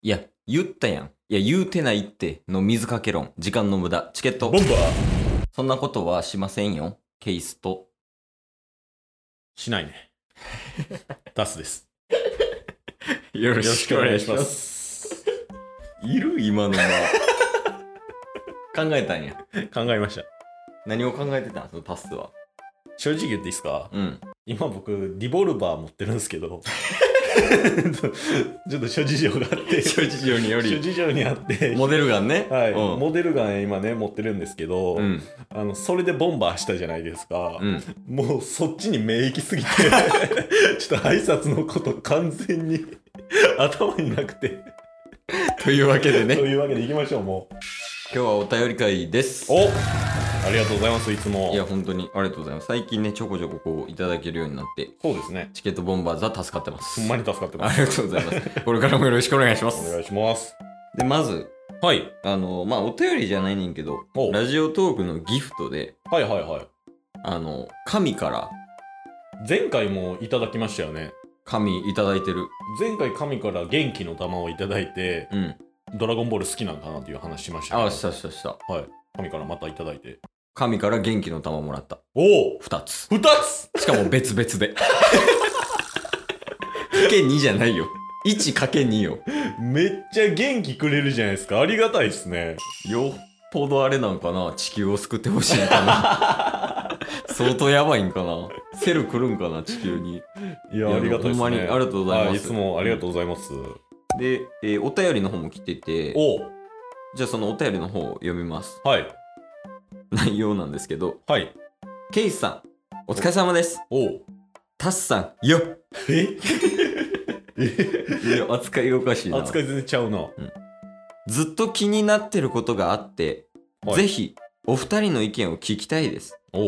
いや、言ったやん。いや、言うてないっての水かけ論。時間の無駄。チケットボ。ンバーそんなことはしませんよ。ケイスと。しないね。ダスです。よよろしくお願いしま。す。いる今のは。 考えたんや。考えました。何を考えてたんそのタスは。正直言っていいですかうん。今僕、リボルバー持ってるんですけど、 ちょっと諸事情があって、諸事情によ諸り。事情にあって、モデルガンね。はい、うんモデルガン今ね、持ってるんですけど、うん。あのそれでボンバーしたじゃないですか。うん。もうそっちに目行き すぎてちょっと挨拶のこと完全に 頭になくてというわけでとね。いうわけでいきましょうもう今日はお便り会です。おありがとうございますいつもいや、本当にありがとうございます。最近ね、ちょこちょここういただけるようになって、そうですねチケットボンバーズは助かってます。ほんまに助かって まあすりがとうございます。これからもよろしくお願いしまおす。願いしますで、まず、はいあの、まあ、お便りじゃないねんけど、おはいラジオトークのギフトで、はいはいあの、神から、前回もいただきましたよね神いただいてる。前回神から元気の玉をいただいてうん。ドラゴンボール好きなんかなという話しましたけどああ、したしたした。神からまたいただいて神から元気の玉もらった。おお二つ。二つしかも別々で。 かけ2じゃないよ。1かけ2よ。めっちゃ元気くれるじゃないですかありがたいですねよっぽどあれなんかな地球を救ってほしいんかな 相当やばいんかなセル来るんかな地球に。いや、いやありがたいです、ね。ほんまにありがとうございますはいつもありがとうございます。で、えーお便りの方も来てて、おじゃあそのお便りの方を読みます。 はい、内容なんですけど、はい、ケイスさん、お疲れ様です。おタスさん、よっえ いや扱いがおかしいな。扱い全然ちゃうな。はずっと気になってることがあって、いぜひお二人の意見を聞きたいです。おう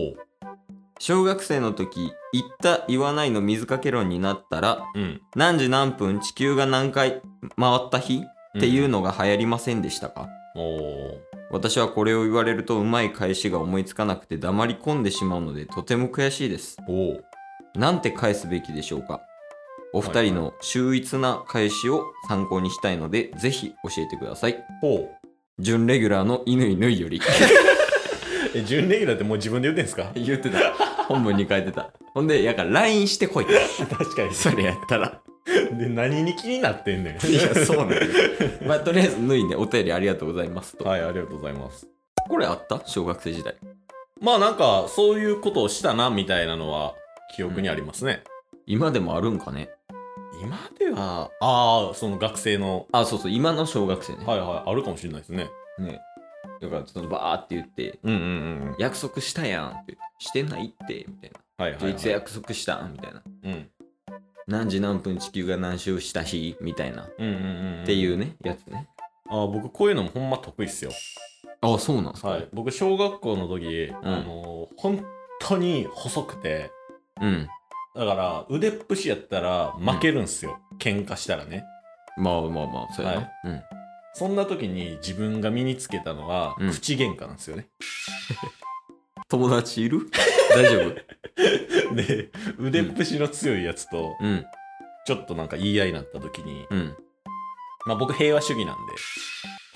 小学生の時、言った言わないの水かけ論になったら、うん。何時何分地球が何回回った日っていうの。のが流行りませんでしたか、おう私はこれを言われるとうまい返しが思いつかなくて黙り込んでしまうのでとても悔しいです。おうなんて返すべきでしょうかお二人の秀逸な返しを参考にしたいので、ぜひ教えてください。おう準レギュラーの犬犬よ り。え、準レギュラーってもう自分で言って んすか言ってた。本文に書いてた。ほんで、やから LINE してこいって。確かに。それやったら。で、何に気になってんね ん。いや、そうなんだよ。 まあ、とりあえず脱いでお便りありがとうございますと。はい、ありがとうございます。これあった小学生時代。まあなんか、そういうことをしたな、みたいなのは、記憶にありますね。今でもあるんかね今では、ああ、その学生の、あ、そうそう、今の小学生ね。はいはい、あるかもしれないですね。ね。だから、そのバーって言って、うんうんうんうん。約束したやんって、してないって、みたいはいはい、はな。い。いつ約束したんみたいな。うん。何時何分地球が何周した日みたいな。っうんうんうんうん、ていううね、やつね。あ僕こういうのもほんま得意っすよ、あ、そうなんですか。はい、僕小学校の時、あのー本当に細くてうん。だから腕っぷしやったら負けるんすよ、喧嘩したらねまあまあまあ、そうやな。はいうん。そんな時に自分が身につけたのはうん口喧嘩なんですよね、 友達いる 大丈夫。で腕っぷしの強いやつとうん。ちょっとなんか言い合いになった時に、うん。まあ僕平和主義なん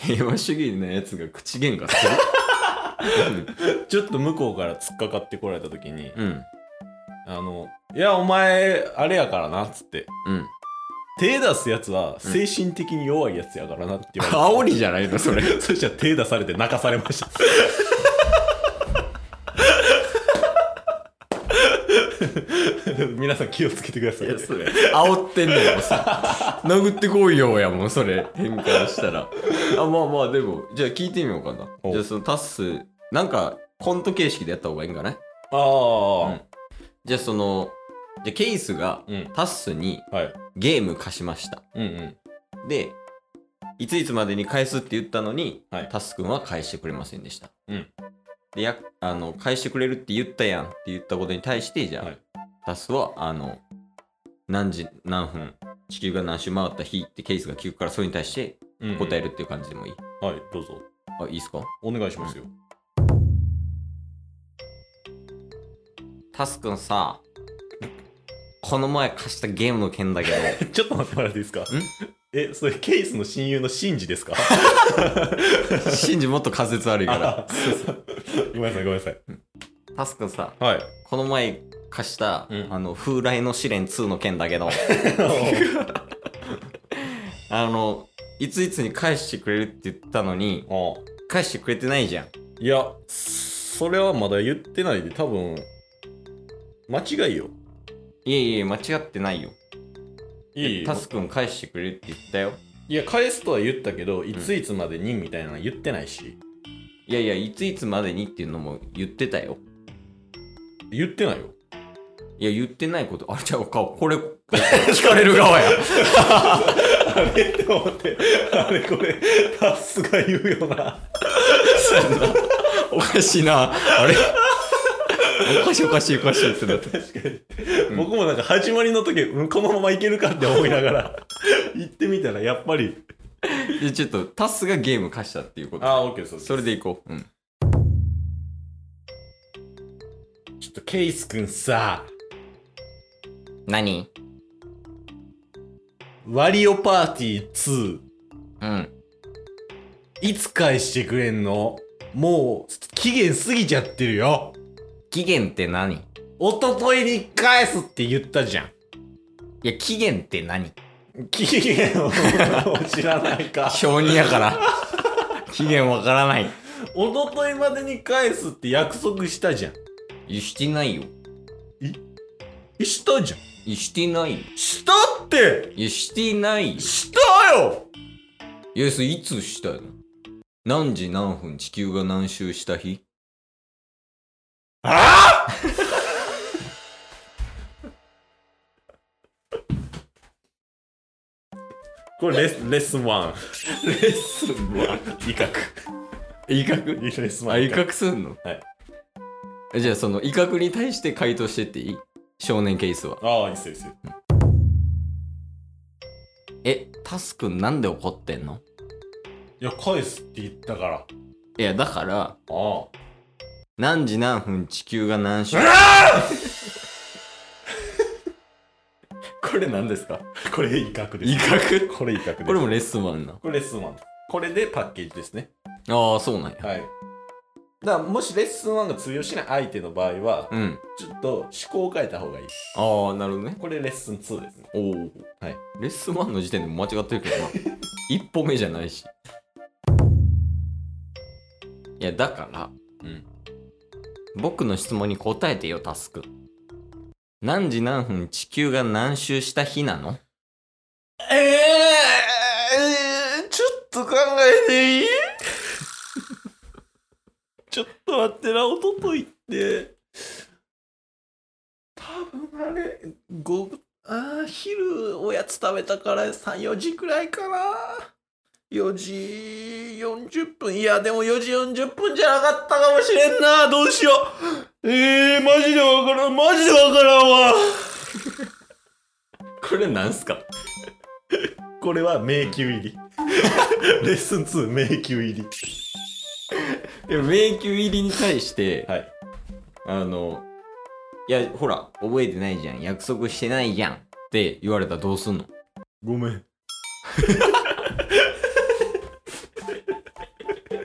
平和主義のやつが口喧嘩するでちょっと向こうから突っかかってこられた時に 「うん。あのいやお前あれやからな」っつってうん。手出すやつは精神的に弱いやつやからなって言わ 煽れて、りじゃないの、それ。 そしたら手出されて泣かされました 皆さん気をつけてください,、ね、れ。煽ってんのよ、 さ。殴ってこいよ、やもん、それ。変換したら。あ、まあまあ、でも、じゃあ聞いてみようかなお。じゃあ、そのタッス、なんか、コント形式でやった方がいいんかね。ああ、じゃあ、その、じゃあケイスが、うんタッスにはいゲーム貸しました。うんうんで、いついつまでに返すって言ったのに、はいタスくんは返してくれませんでした。うんでやあの、返してくれるって言ったやんって言ったことに対して、じゃあ、はいタスは、あの、何時何分、地球が何周回った日ってケースが聞くから、それに対してうんうん答えるっていう感じでもいい。はいどうぞあ、いいっすかお願いしますよ、タスくんさ、この前貸したゲームの件だけど、 ちょっと待ってもらっていいですかえ、それケイスの親友のシンジですか シンジもっと仮説悪いから。ごめんなさい、ごめんなさい。タスクさ、 はい。この前貸した、うんあの、風来の試練2の件だけど、あの、いついつに返してくれるって言ったのに、あ返してくれてないじゃん。いや、それはまだ言ってないで、多分、間違いよ。いえいえ、間違ってないよ。いいタスくん返してくれるって言ったよ。いや、返すとは言ったけど、いついつまでにみたいなの言ってないし、いやいや、いついつまでにっていうのも言ってたよ。言ってないよ。いや、言ってないこと、あれじゃあ、かこれ、聞かれる側や。あれって思って、あれこれ、タスが言うよな。おかしいな。あれおかしいおかしいおかしいってなって。確かに、僕もなんか始まりの時、うん、このままいけるかって思いながら行ってみたらやっぱりでちょっと、タスがゲーム貸したっていうこと。ああ OK そうそれでいこう。うん。ちょっとケイスくんさ何ワリオパーティー2うん。いつ返してくれんのもう期限過ぎちゃってるよ期限って何い一昨日に返すって言ったじゃや、期限って何ん期限を知らないか承認やから。期限わからない。一昨日までに返すって約束したじゃんいやしてないよ。えしたじゃんいやしてないよ。したっていやしてないよ。したよいや、それいつしたの何時何分地球が何周した日ああこれレッレッスン1。 レッスンは威嚇。威嚇レッスンあ、威1。嚇すんのはいい。じゃあ、その威嚇に対して回答してっていい少年ケースは。ああ、いいっすよ、いいっすよ。え、タスくんなんで怒ってんのいや、返すって言ったから。あいや、だから、あ。何時何分地球が何周 これ何ですかこれ威嚇です。威嚇これ威嚇です。これもレッスン1な。これレッスン1。これでパッケージですね。ああ、そうなんや。はい。だからもしレッスン1が通用しない相手の場合は、うん。ちょっと思考を変えた方がいい。ああ、なるほどね。これレッスン2ですね。おお。はい。レッスン1の時点でも間違ってるけどな。一歩目じゃないし。いや、だから、うん。僕の質問に答えてよ、タスク。何時何分地球が何周した日なのええー、ちょっと考えてい いちょっと待ってな、おとといって。多分あれ、ご、あー昼おやつ食べたから3、4時くらいかな。4時40分。いや、でも4時40分じゃなかったかもしれんな。どうしよう。ええー、マジでわからん。マジでわからんわ。 これなんすかこれは迷宮入り。レッスン2迷宮入り。いや迷宮入りに対して、はい。あの、いや、ほら、覚えてないじゃん。約束してないじゃん。って言われたらどうすんのごめん。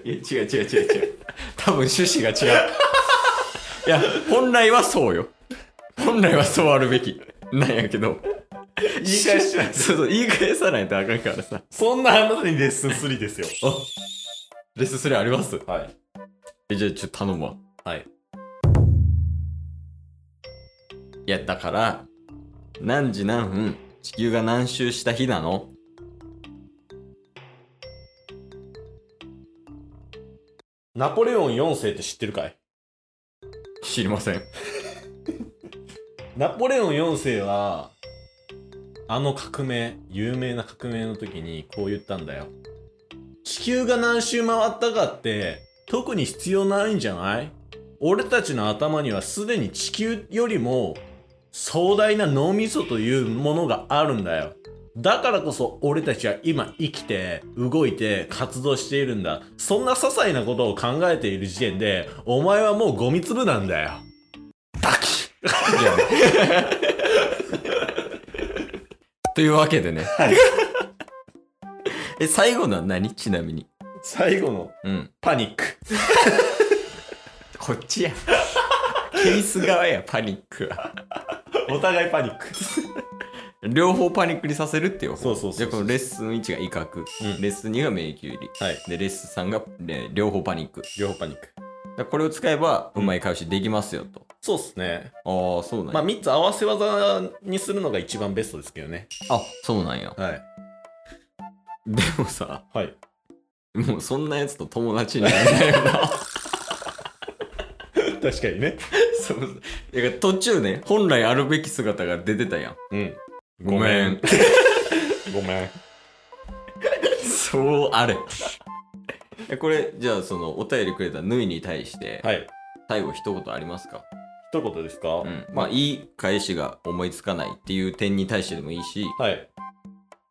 いや、違う違う違う違う。多分趣旨が違う。いや、本来はそうよ。本来はそうあるべき。なんやけど。言い返しないそうそう、言い返さないとあかんからさ。そんなあなたにレッスン3ですよ。あレッスンそれありますはい。え、じゃあちょっと頼むわ。はい。いや、だから、何時何分、地球が何周した日なのナポレオン4世って知ってるかい知りません。ナポレオン4世は、あの革命、有名な革命の時にこう言ったんだよ。地球が何周回ったかって、特に必要ないんじゃない俺たちの頭にはすでに地球よりも壮大な脳みそというものがあるんだよ。だからこそ俺たちは今生きて動いて活動しているんだ。そんな些細なことを考えている時点でお前はもうゴミ粒なんだよ。バキ というわけでね、 え、最後のは何ちなみに。最後のうん。パニックこっちや。ケース側や、パニックは。お互いパニック両方パニックにさせるってよ。そうそうじそうそうゃあこのレッスン1が威嚇、うんレッスン2が迷宮入り。はいで、レッスン3が、ね、両方パニック。だか両方パニックらこれを使えば、うまい返しできますよと。そうっすねああ、そうなんや。まあ3つ合わせ技にするのが一番ベストですけどねあ、そうなんや。はいでもさ、はいもうそんなやつと友達になれないよな。確かにね そうそう。だから途中ね、本来あるべき姿が出てたやん。うんごめん。 ごめんそうあれ。 えこれ、じゃあそのお便りくれたぬいに対して、はい最後一言ありますか一言ですか、うん。まあ、いい返しが思いつかないっていう点に対してでもいいし、はい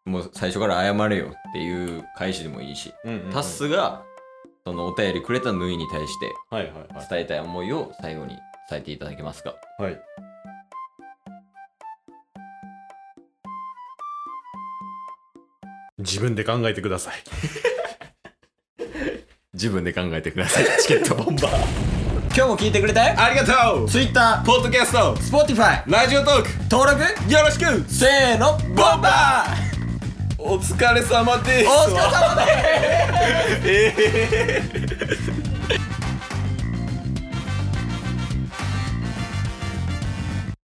もう最初から謝れよっていう返しでもいいし、うんうんうんタッスが、そのお便りくれたぬいに対してはいはいはい伝えたい思いを最後に伝えていただけますかはい。自分で考えてください。自分で考えてください。チケット ボンバー。今日も聞いてくれてあありがとう Twitter、ポッドキャスト Spotify、ラジオトーク登録よろしくせーのボンバーお疲れ様ですお疲れ様ですええ